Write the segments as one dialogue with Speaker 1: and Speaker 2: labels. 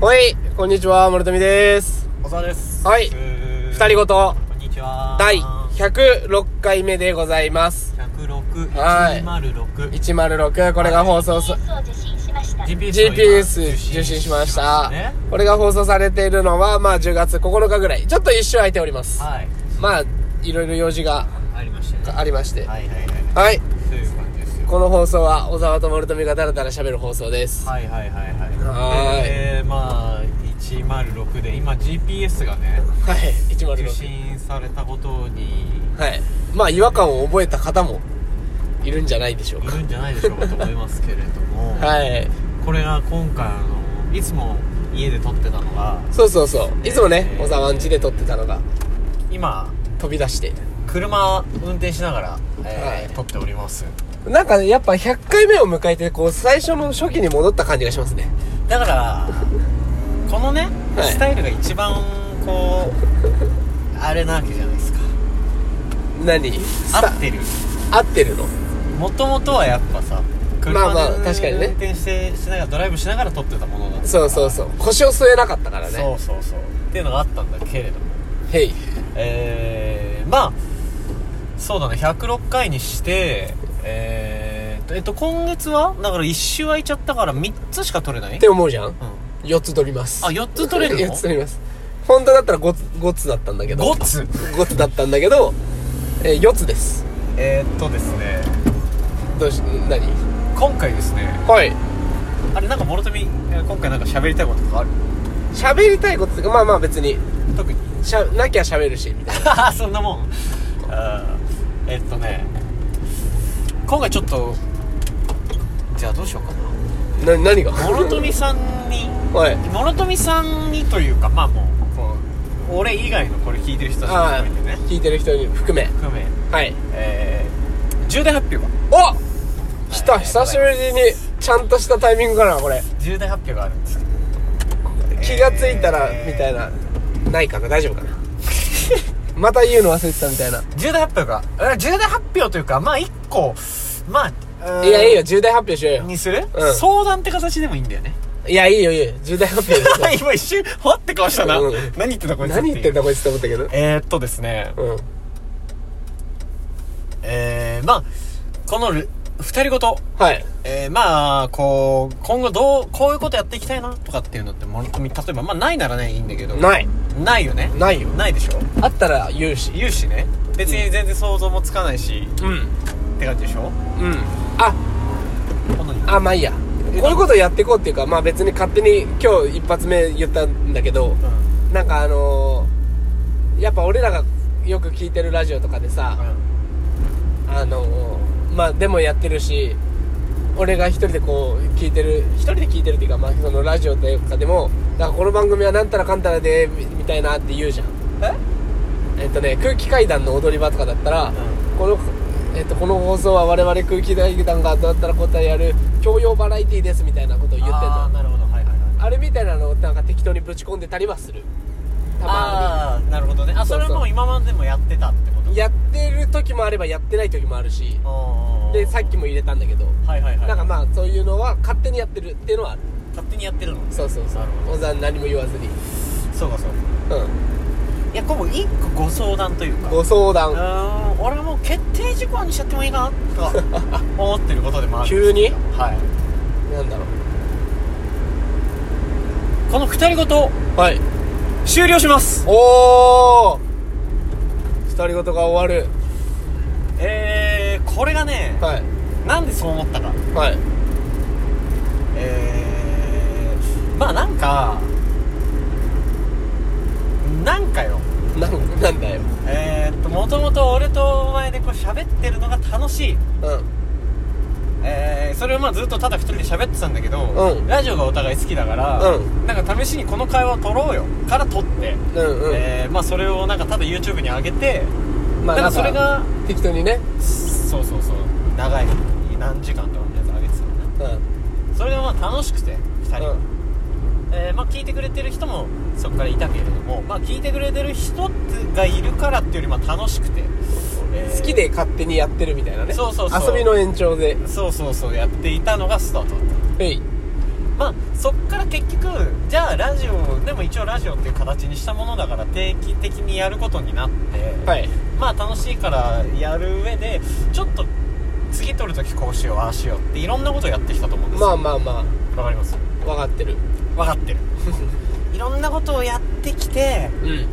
Speaker 1: はい、こんにちは、諸富です。
Speaker 2: 小沢です
Speaker 1: はい
Speaker 2: 二
Speaker 1: 二人ごと、
Speaker 2: こんにちは
Speaker 1: 第106回目でございます。
Speaker 2: 106
Speaker 1: はい
Speaker 2: 106
Speaker 1: 106、これが放送す、GPS 受信しました
Speaker 2: ね。
Speaker 1: これが放送されているのは、まあ10月9日ぐらい。ちょっと一周空いております。
Speaker 2: はい
Speaker 1: まあ、いろいろ用事が
Speaker 2: ありましたね
Speaker 1: ありまして。
Speaker 2: はいはいはい
Speaker 1: はい、
Speaker 2: そういう感じですよ
Speaker 1: この放送は、小沢と諸富がだらだら喋る放送です。
Speaker 2: はいはいはいはい
Speaker 1: はい
Speaker 2: えーまあ106で今 GPS がね
Speaker 1: はい、
Speaker 2: 受
Speaker 1: 106。
Speaker 2: 信されたことに
Speaker 1: はい。まあ、違和感を覚えた方もいるんじゃないでしょう
Speaker 2: い
Speaker 1: か。
Speaker 2: るんじゃないでしょうかと思いますけれども
Speaker 1: はい。
Speaker 2: これが今回あのいつも家で撮ってたのが
Speaker 1: そうそうそう。いつもね
Speaker 2: え、ー
Speaker 1: 小沢んちで撮ってたのが
Speaker 2: 今
Speaker 1: 飛び出して。
Speaker 2: 車運転しながら、えー
Speaker 1: はい
Speaker 2: 撮っております
Speaker 1: なんかね、やっぱ100回目を迎えて、こう、最初の初期に戻った感じがしますね。
Speaker 2: だからこのね、
Speaker 1: はい
Speaker 2: スタイルが一番こうあれなわけじゃないですか
Speaker 1: 何
Speaker 2: 合
Speaker 1: さ
Speaker 2: ってる
Speaker 1: 合ってるの
Speaker 2: もともとはやっぱさ
Speaker 1: まあ
Speaker 2: 車
Speaker 1: まあ
Speaker 2: で
Speaker 1: 確かにね
Speaker 2: 運転してしながらドライブしながら撮ってたものだった
Speaker 1: そうそうそう。腰を据えなかったからね。
Speaker 2: そうそうそうっていうのがあったんだけれども
Speaker 1: へい。
Speaker 2: えー、まあそうだね106回にしてえーっと、えっと、今月はだから1周空いちゃったから3つしか撮れない
Speaker 1: って思うじゃん
Speaker 2: うん、
Speaker 1: ?4 つ撮ります。
Speaker 2: あ四つ撮れるの
Speaker 1: 4つ撮ります。本当だったら 5, 5つだったんだけど。
Speaker 2: ゴツ
Speaker 1: 5つだったんだけど、えー、4つです。
Speaker 2: えー、っとですね
Speaker 1: どうし、何
Speaker 2: 今回ですね
Speaker 1: はい。
Speaker 2: あれなんか諸富えー今回なんか喋りたいこととかある
Speaker 1: 喋りたいこととか、まあまあ別に、
Speaker 2: 特に
Speaker 1: しゃ、なきゃ喋るし、みたいな。
Speaker 2: そんなもんあーえー、っとね今回ちょっとじゃあどうしようかな
Speaker 1: な、何が
Speaker 2: 諸富さんに
Speaker 1: はい。
Speaker 2: 諸富さんにというかまあもうこう俺以外のこれ聞いてる人たちも
Speaker 1: あ
Speaker 2: 含めてね
Speaker 1: 聞いてる人に含め。
Speaker 2: 含め
Speaker 1: はい。
Speaker 2: えー、重大発表が
Speaker 1: お来た、
Speaker 2: はい
Speaker 1: 久しぶりに、ちゃんとしたタイミングかな、これ。
Speaker 2: 重大発表があるんですけ
Speaker 1: 気
Speaker 2: ど
Speaker 1: がついたら、
Speaker 2: えー
Speaker 1: みたいな。ないかな、大丈夫か な。また言うの忘れてたみたいな。
Speaker 2: 重大発表がえー重大発表というかまあ一個まあ
Speaker 1: いや、いい
Speaker 2: よ
Speaker 1: よ、重大発表しようよ。
Speaker 2: にする、
Speaker 1: うん
Speaker 2: 相談って形でもいいんだよね
Speaker 1: いや、いいよ、いいよ。重大発表ですよ
Speaker 2: 今一瞬ほわって顔したな、
Speaker 1: うん
Speaker 2: 何言ってたこいつ
Speaker 1: 何言ってん
Speaker 2: た
Speaker 1: だ、こいつと思ったけど。
Speaker 2: えー、っとですね
Speaker 1: うん。
Speaker 2: えー、まあこのる二人ごと
Speaker 1: はい。
Speaker 2: えー、まあこう今後どうこういうことやっていきたいなとかっていうのってもろとみ例えばまあないならねいいんだけど
Speaker 1: ない。
Speaker 2: ないよね
Speaker 1: ないよ
Speaker 2: ないでしょ
Speaker 1: あったら言うし。
Speaker 2: 言うしね別に全然想像もつかないし、
Speaker 1: うん。
Speaker 2: って感じでしょ
Speaker 1: うん。あ、
Speaker 2: この
Speaker 1: あ、まあいいや。こういうことやっていこうっていうか、まあ別に勝手に今日一発目言ったんだけど、
Speaker 2: うん
Speaker 1: なんかあのー、やっぱ俺らがよく聞いてるラジオとかでさ、あのー、まあでもやってるし俺が一人でこう聞いてる一人で聞いてるっていうか、まあ、そのラジオとかでもなんかこの番組はなんたらかんたらでみみたいなって言うじゃん
Speaker 2: え
Speaker 1: えっとね空気階段の踊り場とかだったら、このえっと、この放送は我々空気階段がどうやったら答えやる教養バラエティーですみたいなことを言ってんの
Speaker 2: あー
Speaker 1: あ
Speaker 2: なるほどはいはいはい
Speaker 1: れみたいなのをなんか適当にぶち込んでたりはするたまに
Speaker 2: ああーなるほどねあそれ
Speaker 1: そう
Speaker 2: も
Speaker 1: そう
Speaker 2: 今までもやってたってこと
Speaker 1: やってる時もあればやってない時もあるし
Speaker 2: あー
Speaker 1: でさっきも入れたんだけど
Speaker 2: はいはいはい
Speaker 1: なんかまあそういうのは勝手にやってるっていうのはある
Speaker 2: 勝手にやってるの
Speaker 1: そうそうそう
Speaker 2: なるほ
Speaker 1: 小沢何も言わずに
Speaker 2: そうかそうか
Speaker 1: う
Speaker 2: いや今後一個ご相談というか
Speaker 1: んご相
Speaker 2: う
Speaker 1: 談
Speaker 2: ーん俺はもう決定事項にしちゃってもいいかなと は思ってることでもある
Speaker 1: 急に
Speaker 2: はい
Speaker 1: なんだろ
Speaker 2: この二人ごと
Speaker 1: うはい
Speaker 2: 終了します
Speaker 1: おお二人ごとが終わる
Speaker 2: えー、これがね、
Speaker 1: はい
Speaker 2: なんでそう思ったか
Speaker 1: はい
Speaker 2: えー、まあなんかなんかよ
Speaker 1: なんなんだよ
Speaker 2: えー、っともともと俺とお前でこう喋ってるのが楽しい
Speaker 1: うん
Speaker 2: えー、それをまあずっとただ一人で喋ってたんだけど、
Speaker 1: うん
Speaker 2: ラジオがお互い好きだから、
Speaker 1: う
Speaker 2: なんか試しにこの会話を撮ろうよから撮って、
Speaker 1: うんうん、
Speaker 2: えーまあ、それをなんかただ YouTube に上げて、
Speaker 1: まあ
Speaker 2: なんかそれが
Speaker 1: 適当にね
Speaker 2: そうそうそう長い何時間とかのやつ上げてたのね
Speaker 1: うん
Speaker 2: それがまあ楽しくて2人は、
Speaker 1: うん
Speaker 2: えーまあ、聞いてくれてる人もそこからいたけれども、まあ、聞いてくれてる人がいるからっていうよりまあ楽しくて、えー
Speaker 1: 好きで勝手にやってるみたいなね
Speaker 2: そうそうそう
Speaker 1: 遊びの延長で
Speaker 2: そうそうそうやっていたのがスタートだった
Speaker 1: へい
Speaker 2: まあそっから結局じゃあラジオでも一応ラジオっていう形にしたものだから定期的にやることになって、
Speaker 1: はい
Speaker 2: まあ楽しいからやる上でちょっと次撮るときこうしようああしようっていろんなことやってきたと思うんですよ
Speaker 1: まあまあま
Speaker 2: わかります
Speaker 1: あ分かってる
Speaker 2: わか ってるいろんなことをやってきて
Speaker 1: うん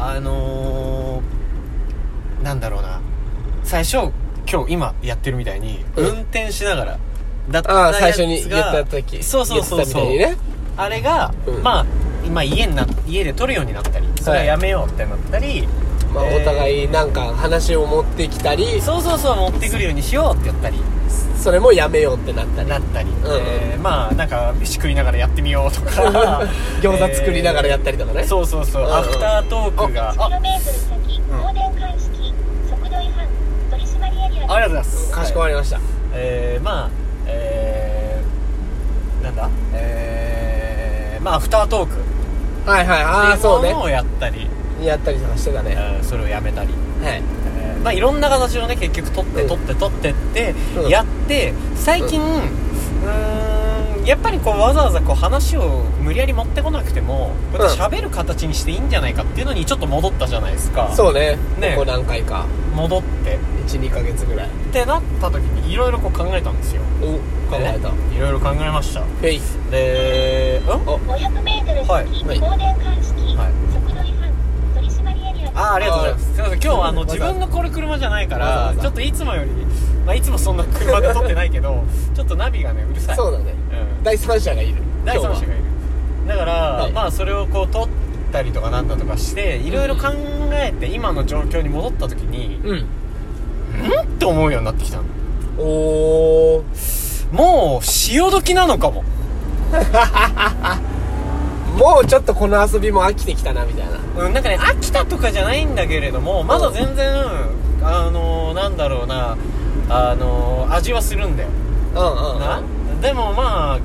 Speaker 2: あのー、なんだろうな最初今日今やってるみたいに、
Speaker 1: うん
Speaker 2: 運転しながらだっ
Speaker 1: ああ
Speaker 2: た
Speaker 1: 最
Speaker 2: やつが
Speaker 1: 初に言った時
Speaker 2: そうそうそうそ
Speaker 1: 言
Speaker 2: う、
Speaker 1: ってたみ
Speaker 2: あれが、
Speaker 1: うん
Speaker 2: まあ今家にな家で撮るようになったりそれはやめようってなった
Speaker 1: た
Speaker 2: り、
Speaker 1: いにね、まあ、
Speaker 2: えー
Speaker 1: お互いなんか話を持ってきたり
Speaker 2: そうそうそう持ってくるようにしようってやったり
Speaker 1: それもやめようってなったり
Speaker 2: なったり、
Speaker 1: ん
Speaker 2: えーまあなんか飯食いながらやってみ ようとか
Speaker 1: 餃子作りながらやったりとかね
Speaker 2: そうそうそう、
Speaker 1: うんうん
Speaker 2: アフタートークがあありが
Speaker 3: 1km 先放電開式速度違反取り締まりエリアです
Speaker 2: とうございます
Speaker 1: かしこまりました、
Speaker 2: えー、まあえー、なんだえー、まあアフタートークって
Speaker 1: はい、はいああ
Speaker 2: い
Speaker 1: そう
Speaker 2: う
Speaker 1: ね
Speaker 2: ものをやったり
Speaker 1: やったりとかしてた
Speaker 2: そ,、
Speaker 1: ね、
Speaker 2: それをやめたり、
Speaker 1: はい
Speaker 2: えーまあいろんな形をね結局取って
Speaker 1: うん
Speaker 2: 取って取ってって、
Speaker 1: うん
Speaker 2: やって最近うーんやっぱりこうわざわざこう話を無理やり持ってこなくてもこうやって喋る形にしていいんじゃないかっていうのにちょっと戻ったじゃないですか
Speaker 1: そうね
Speaker 2: ね
Speaker 1: ここ何回か
Speaker 2: 戻って
Speaker 1: 12ヶ月ぐらい
Speaker 2: ってなった時にいろいろこう考えたんですよ
Speaker 1: お考えた
Speaker 2: いろいろ考えました
Speaker 1: へい
Speaker 2: でうん
Speaker 3: 500m
Speaker 2: はい
Speaker 3: 先
Speaker 1: はい
Speaker 3: 放電開式
Speaker 2: はい
Speaker 3: 速度違反取り締まりエリアです
Speaker 2: あありがとうございますすいません今日はあの
Speaker 1: わざ
Speaker 2: 自分がこれ車じゃないか
Speaker 1: わざ
Speaker 2: ら
Speaker 1: わざ
Speaker 2: ちょっといつもより、まあ、いつもそんな車で撮ってないけどちょっとナビがねうるさい
Speaker 1: そうだね
Speaker 2: うん
Speaker 1: 第三者がいる
Speaker 2: 第三者がいるだから、
Speaker 1: はい
Speaker 2: まあそれをこう撮ったりとかなんだとかしていろいろ考えて今の状況に戻った時に
Speaker 1: 今日は
Speaker 2: うんって思うようになってきたの
Speaker 1: うんおお
Speaker 2: もう潮時なのかも
Speaker 1: もうちょっとこの遊びも飽きてきたなみたいな
Speaker 2: うん、なんかね秋田とかじゃないんだけれどもまだ全然あのー、なんだろうなあのー、味はするんだよ
Speaker 1: うんうん
Speaker 2: なでもまあ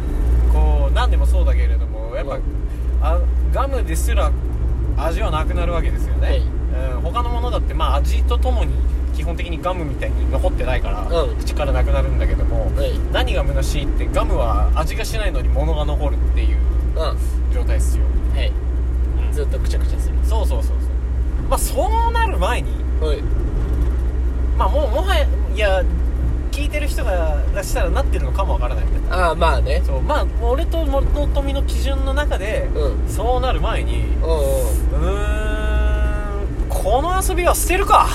Speaker 2: こう何でもそうだけれどもやっぱ、
Speaker 1: うん
Speaker 2: あガムですら味はなくなるわけですよね、
Speaker 1: はい
Speaker 2: うん、他のものだってまあ味とともに基本的にガムみたいに残ってないから、
Speaker 1: うん
Speaker 2: 口からなくなるんだけども、
Speaker 1: はい
Speaker 2: 何が虚しいってガムは味がしないのに物が残るっていう
Speaker 1: うんは
Speaker 2: 状態ですよ
Speaker 1: いずっとくちゃくちゃする
Speaker 2: そうそうそうそうまあそうなる前に
Speaker 1: はい
Speaker 2: まあもうもはやいや聞いてる人ががしたらなってるのかもわからないけど
Speaker 1: ああまあね
Speaker 2: そうまあ俺と元富の基準の中で、
Speaker 1: うんうんうん
Speaker 2: そうなる前にうーんこの遊びは捨てるか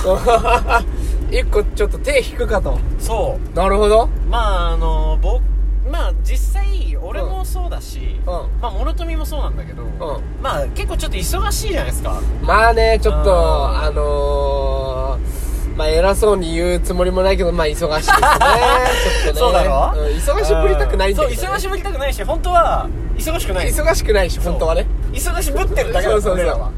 Speaker 1: 一個ちょっと手引くかと
Speaker 2: そ
Speaker 1: なるほど
Speaker 2: うまああの僕まあ実際俺もそうだし、
Speaker 1: う
Speaker 2: まあ諸富もそうなんだけど、
Speaker 1: んうん
Speaker 2: まあ結構ちょっと忙しいじゃないですか
Speaker 1: まあねちょっと
Speaker 2: あ
Speaker 1: あのー、まあ偉そうに言うつもりもないけどまあ忙しいですねちょっとね
Speaker 2: そうだろ、
Speaker 1: ん、忙しぶりたくないんだけど、ね、
Speaker 2: そう忙しぶりたくないし本当は忙しくない
Speaker 1: 忙しくないし本当はね
Speaker 2: 忙しぶってるだけ
Speaker 1: そう
Speaker 2: だ
Speaker 1: そうそう
Speaker 2: 俺らは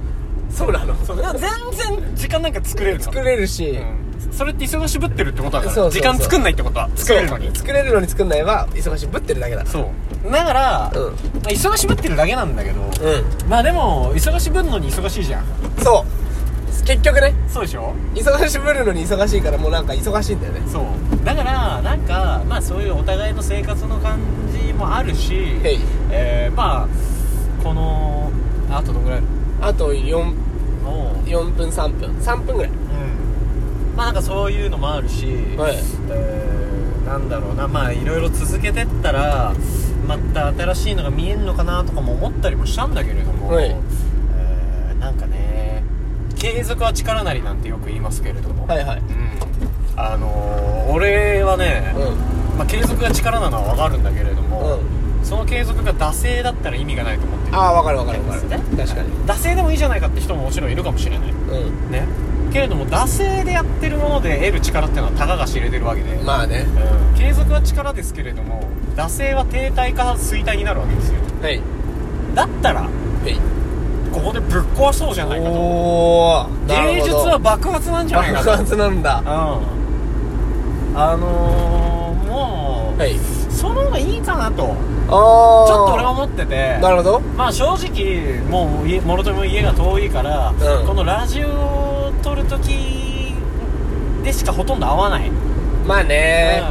Speaker 1: そうなの
Speaker 2: そうだから全然時間なんか作れるの
Speaker 1: 作れるし、
Speaker 2: うんそれって忙しぶってるってことだから
Speaker 1: そうそうそう
Speaker 2: 時間作んないってことは作れるのに
Speaker 1: そう作れるのに作んないは忙しぶってるだけだ
Speaker 2: そうだから、
Speaker 1: うん
Speaker 2: まあ、忙しぶってるだけなんだけど、
Speaker 1: うん
Speaker 2: まあでも忙しぶるのに忙しいじゃん
Speaker 1: そう結局ね
Speaker 2: そうでしょ
Speaker 1: 忙しぶるのに忙しいからもうなんか忙しいんだよね
Speaker 2: そうだからなんかまあそういうお互いの生活の感じもあるし
Speaker 1: へい
Speaker 2: えー、まあこのあとどのぐらい
Speaker 1: あと 4,
Speaker 2: もう
Speaker 1: 4分3分3分ぐらい
Speaker 2: うんまあなんかそういうのもあるし、
Speaker 1: はい
Speaker 2: えーなんだろうなまあいろいろ続けてったらまた新しいのが見えるのかなとかも思ったりもしたんだけれども、
Speaker 1: はい
Speaker 2: えーなんかね継続は力なりなんてよく言いますけれども、
Speaker 1: はいはい
Speaker 2: うん、あのー俺はね、
Speaker 1: う
Speaker 2: まあ、継続が力なのは分かるんだけれど
Speaker 1: う
Speaker 2: も、その継続が惰性だったら意味がないと思ってる
Speaker 1: ああ分かる分かる分かる
Speaker 2: で
Speaker 1: 確
Speaker 2: す
Speaker 1: か
Speaker 2: ね
Speaker 1: に
Speaker 2: 惰性でもいいじゃないかって人ももちろんいるかもしれない
Speaker 1: うん
Speaker 2: ねけれども惰性でやってるもので得る力っていうのはたかが知れてるわけで、
Speaker 1: まあね
Speaker 2: うん継続は力ですけれども惰性は停滞か衰退になるわけですよ
Speaker 1: はい
Speaker 2: だったら
Speaker 1: はい
Speaker 2: ここでぶっ壊そうじゃないかと
Speaker 1: おーなる
Speaker 2: 芸
Speaker 1: ほ
Speaker 2: 術
Speaker 1: ど
Speaker 2: は爆発なんじゃないか
Speaker 1: 爆
Speaker 2: と
Speaker 1: 発なんだ
Speaker 2: うんあのー、もう、
Speaker 1: はい
Speaker 2: その方がいいかなとちょ
Speaker 1: ああ
Speaker 2: っと俺は思ってて
Speaker 1: なるほど
Speaker 2: まあ正直もう家諸富も家が遠いから、
Speaker 1: うん
Speaker 2: このラジオを撮るときでしかほとんど会わない、
Speaker 1: まあね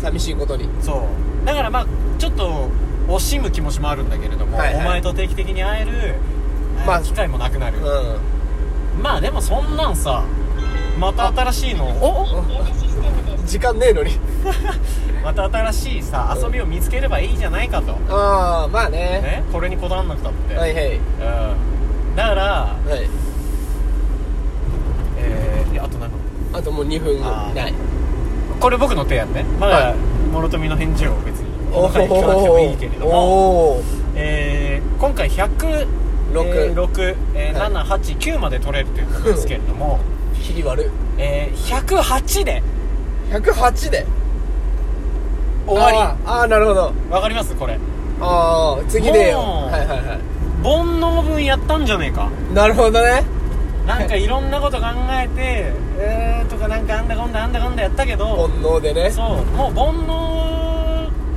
Speaker 1: 寂しいことに
Speaker 2: うんそうだからまあちょっと惜しむ気持ちもあるんだけれども、
Speaker 1: はいはい
Speaker 2: お前と定期的に会える、
Speaker 1: まあ
Speaker 2: まあ、機会もなくなる、
Speaker 1: うん
Speaker 2: まあでもそんなんさまた新しいのを
Speaker 3: ゲームシステムです。
Speaker 1: 時間ねえのに
Speaker 2: また新しいさ遊びを見つければいいじゃないかと、
Speaker 1: ああまあね
Speaker 2: ね、これにこだわんなくたって、
Speaker 1: はいはい
Speaker 2: うん、だから、
Speaker 1: はい
Speaker 2: えー、いやあとなんか
Speaker 1: あともう2分ない
Speaker 2: これ僕の提案ねまだ、
Speaker 1: はい
Speaker 2: 諸富の返事を別に今回聞かなくてもいいけれども、
Speaker 1: おー
Speaker 2: えー、今回106、
Speaker 1: 六
Speaker 2: えー六えー
Speaker 1: はい
Speaker 2: 789まで取れるということですけれども、
Speaker 1: 切り悪い
Speaker 2: えー、108で
Speaker 1: 108で
Speaker 2: 終わ
Speaker 1: あーあーなるほど
Speaker 2: りわかりますこれ
Speaker 1: ああ次でよ
Speaker 2: もう
Speaker 1: はいはいは
Speaker 2: 煩悩分やったんじゃねえか
Speaker 1: いなるほどね
Speaker 2: なんかいろんなこと考えて えーとかなんかあんだかんだあんだかんだやったけ
Speaker 1: 煩
Speaker 2: ど
Speaker 1: 悩でね
Speaker 2: そうもう煩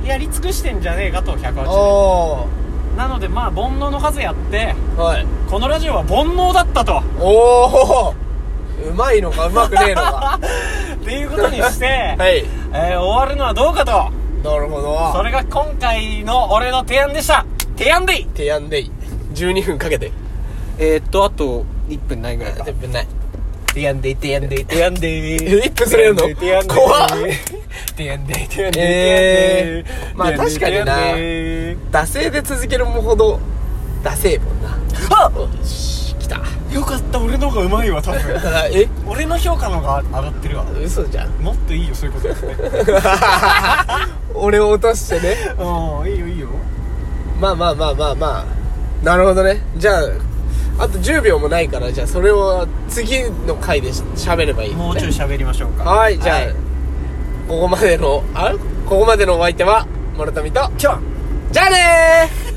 Speaker 2: 悩やり尽くしてんじゃねえかと108
Speaker 1: お
Speaker 2: でなのでまあ煩悩の数やって
Speaker 1: おはい
Speaker 2: このラジオは煩悩だったと
Speaker 1: おおうまいのかうまくねえのか
Speaker 2: っていうことにして、
Speaker 1: はい
Speaker 2: えー終わるのはどうかと
Speaker 1: なるほ
Speaker 2: そ
Speaker 1: ど
Speaker 2: れが今回の俺の提案でした提案でい
Speaker 1: 提案でいい12分かけて
Speaker 2: えー、っとあと1分ないぐらいか
Speaker 1: 10分ない
Speaker 2: 提案でい提案でい提案で
Speaker 1: え一分それやんの
Speaker 2: 提案で
Speaker 1: 怖っ
Speaker 2: 提案で提案で
Speaker 1: えーまあ確かにな
Speaker 2: な
Speaker 1: 惰性で続けるほど惰性もんな
Speaker 2: あ
Speaker 1: よし来た
Speaker 2: よかった俺の方がうまいわ多分
Speaker 1: え
Speaker 2: 俺の評価の方が上がってるわ
Speaker 1: 嘘じゃん
Speaker 2: もっといいよそういうことですね
Speaker 1: 俺を落としてね
Speaker 2: うんいいよいいよ
Speaker 1: まあまあまあまあまあなるほどねじゃああと10秒もないからじゃあそれを次の回でしゃべればいい、ね、
Speaker 2: もうちょい喋りましょうか
Speaker 1: はいじゃあ、ここまでのあここまでのお相手は諸富と
Speaker 2: キャン
Speaker 1: じゃあねー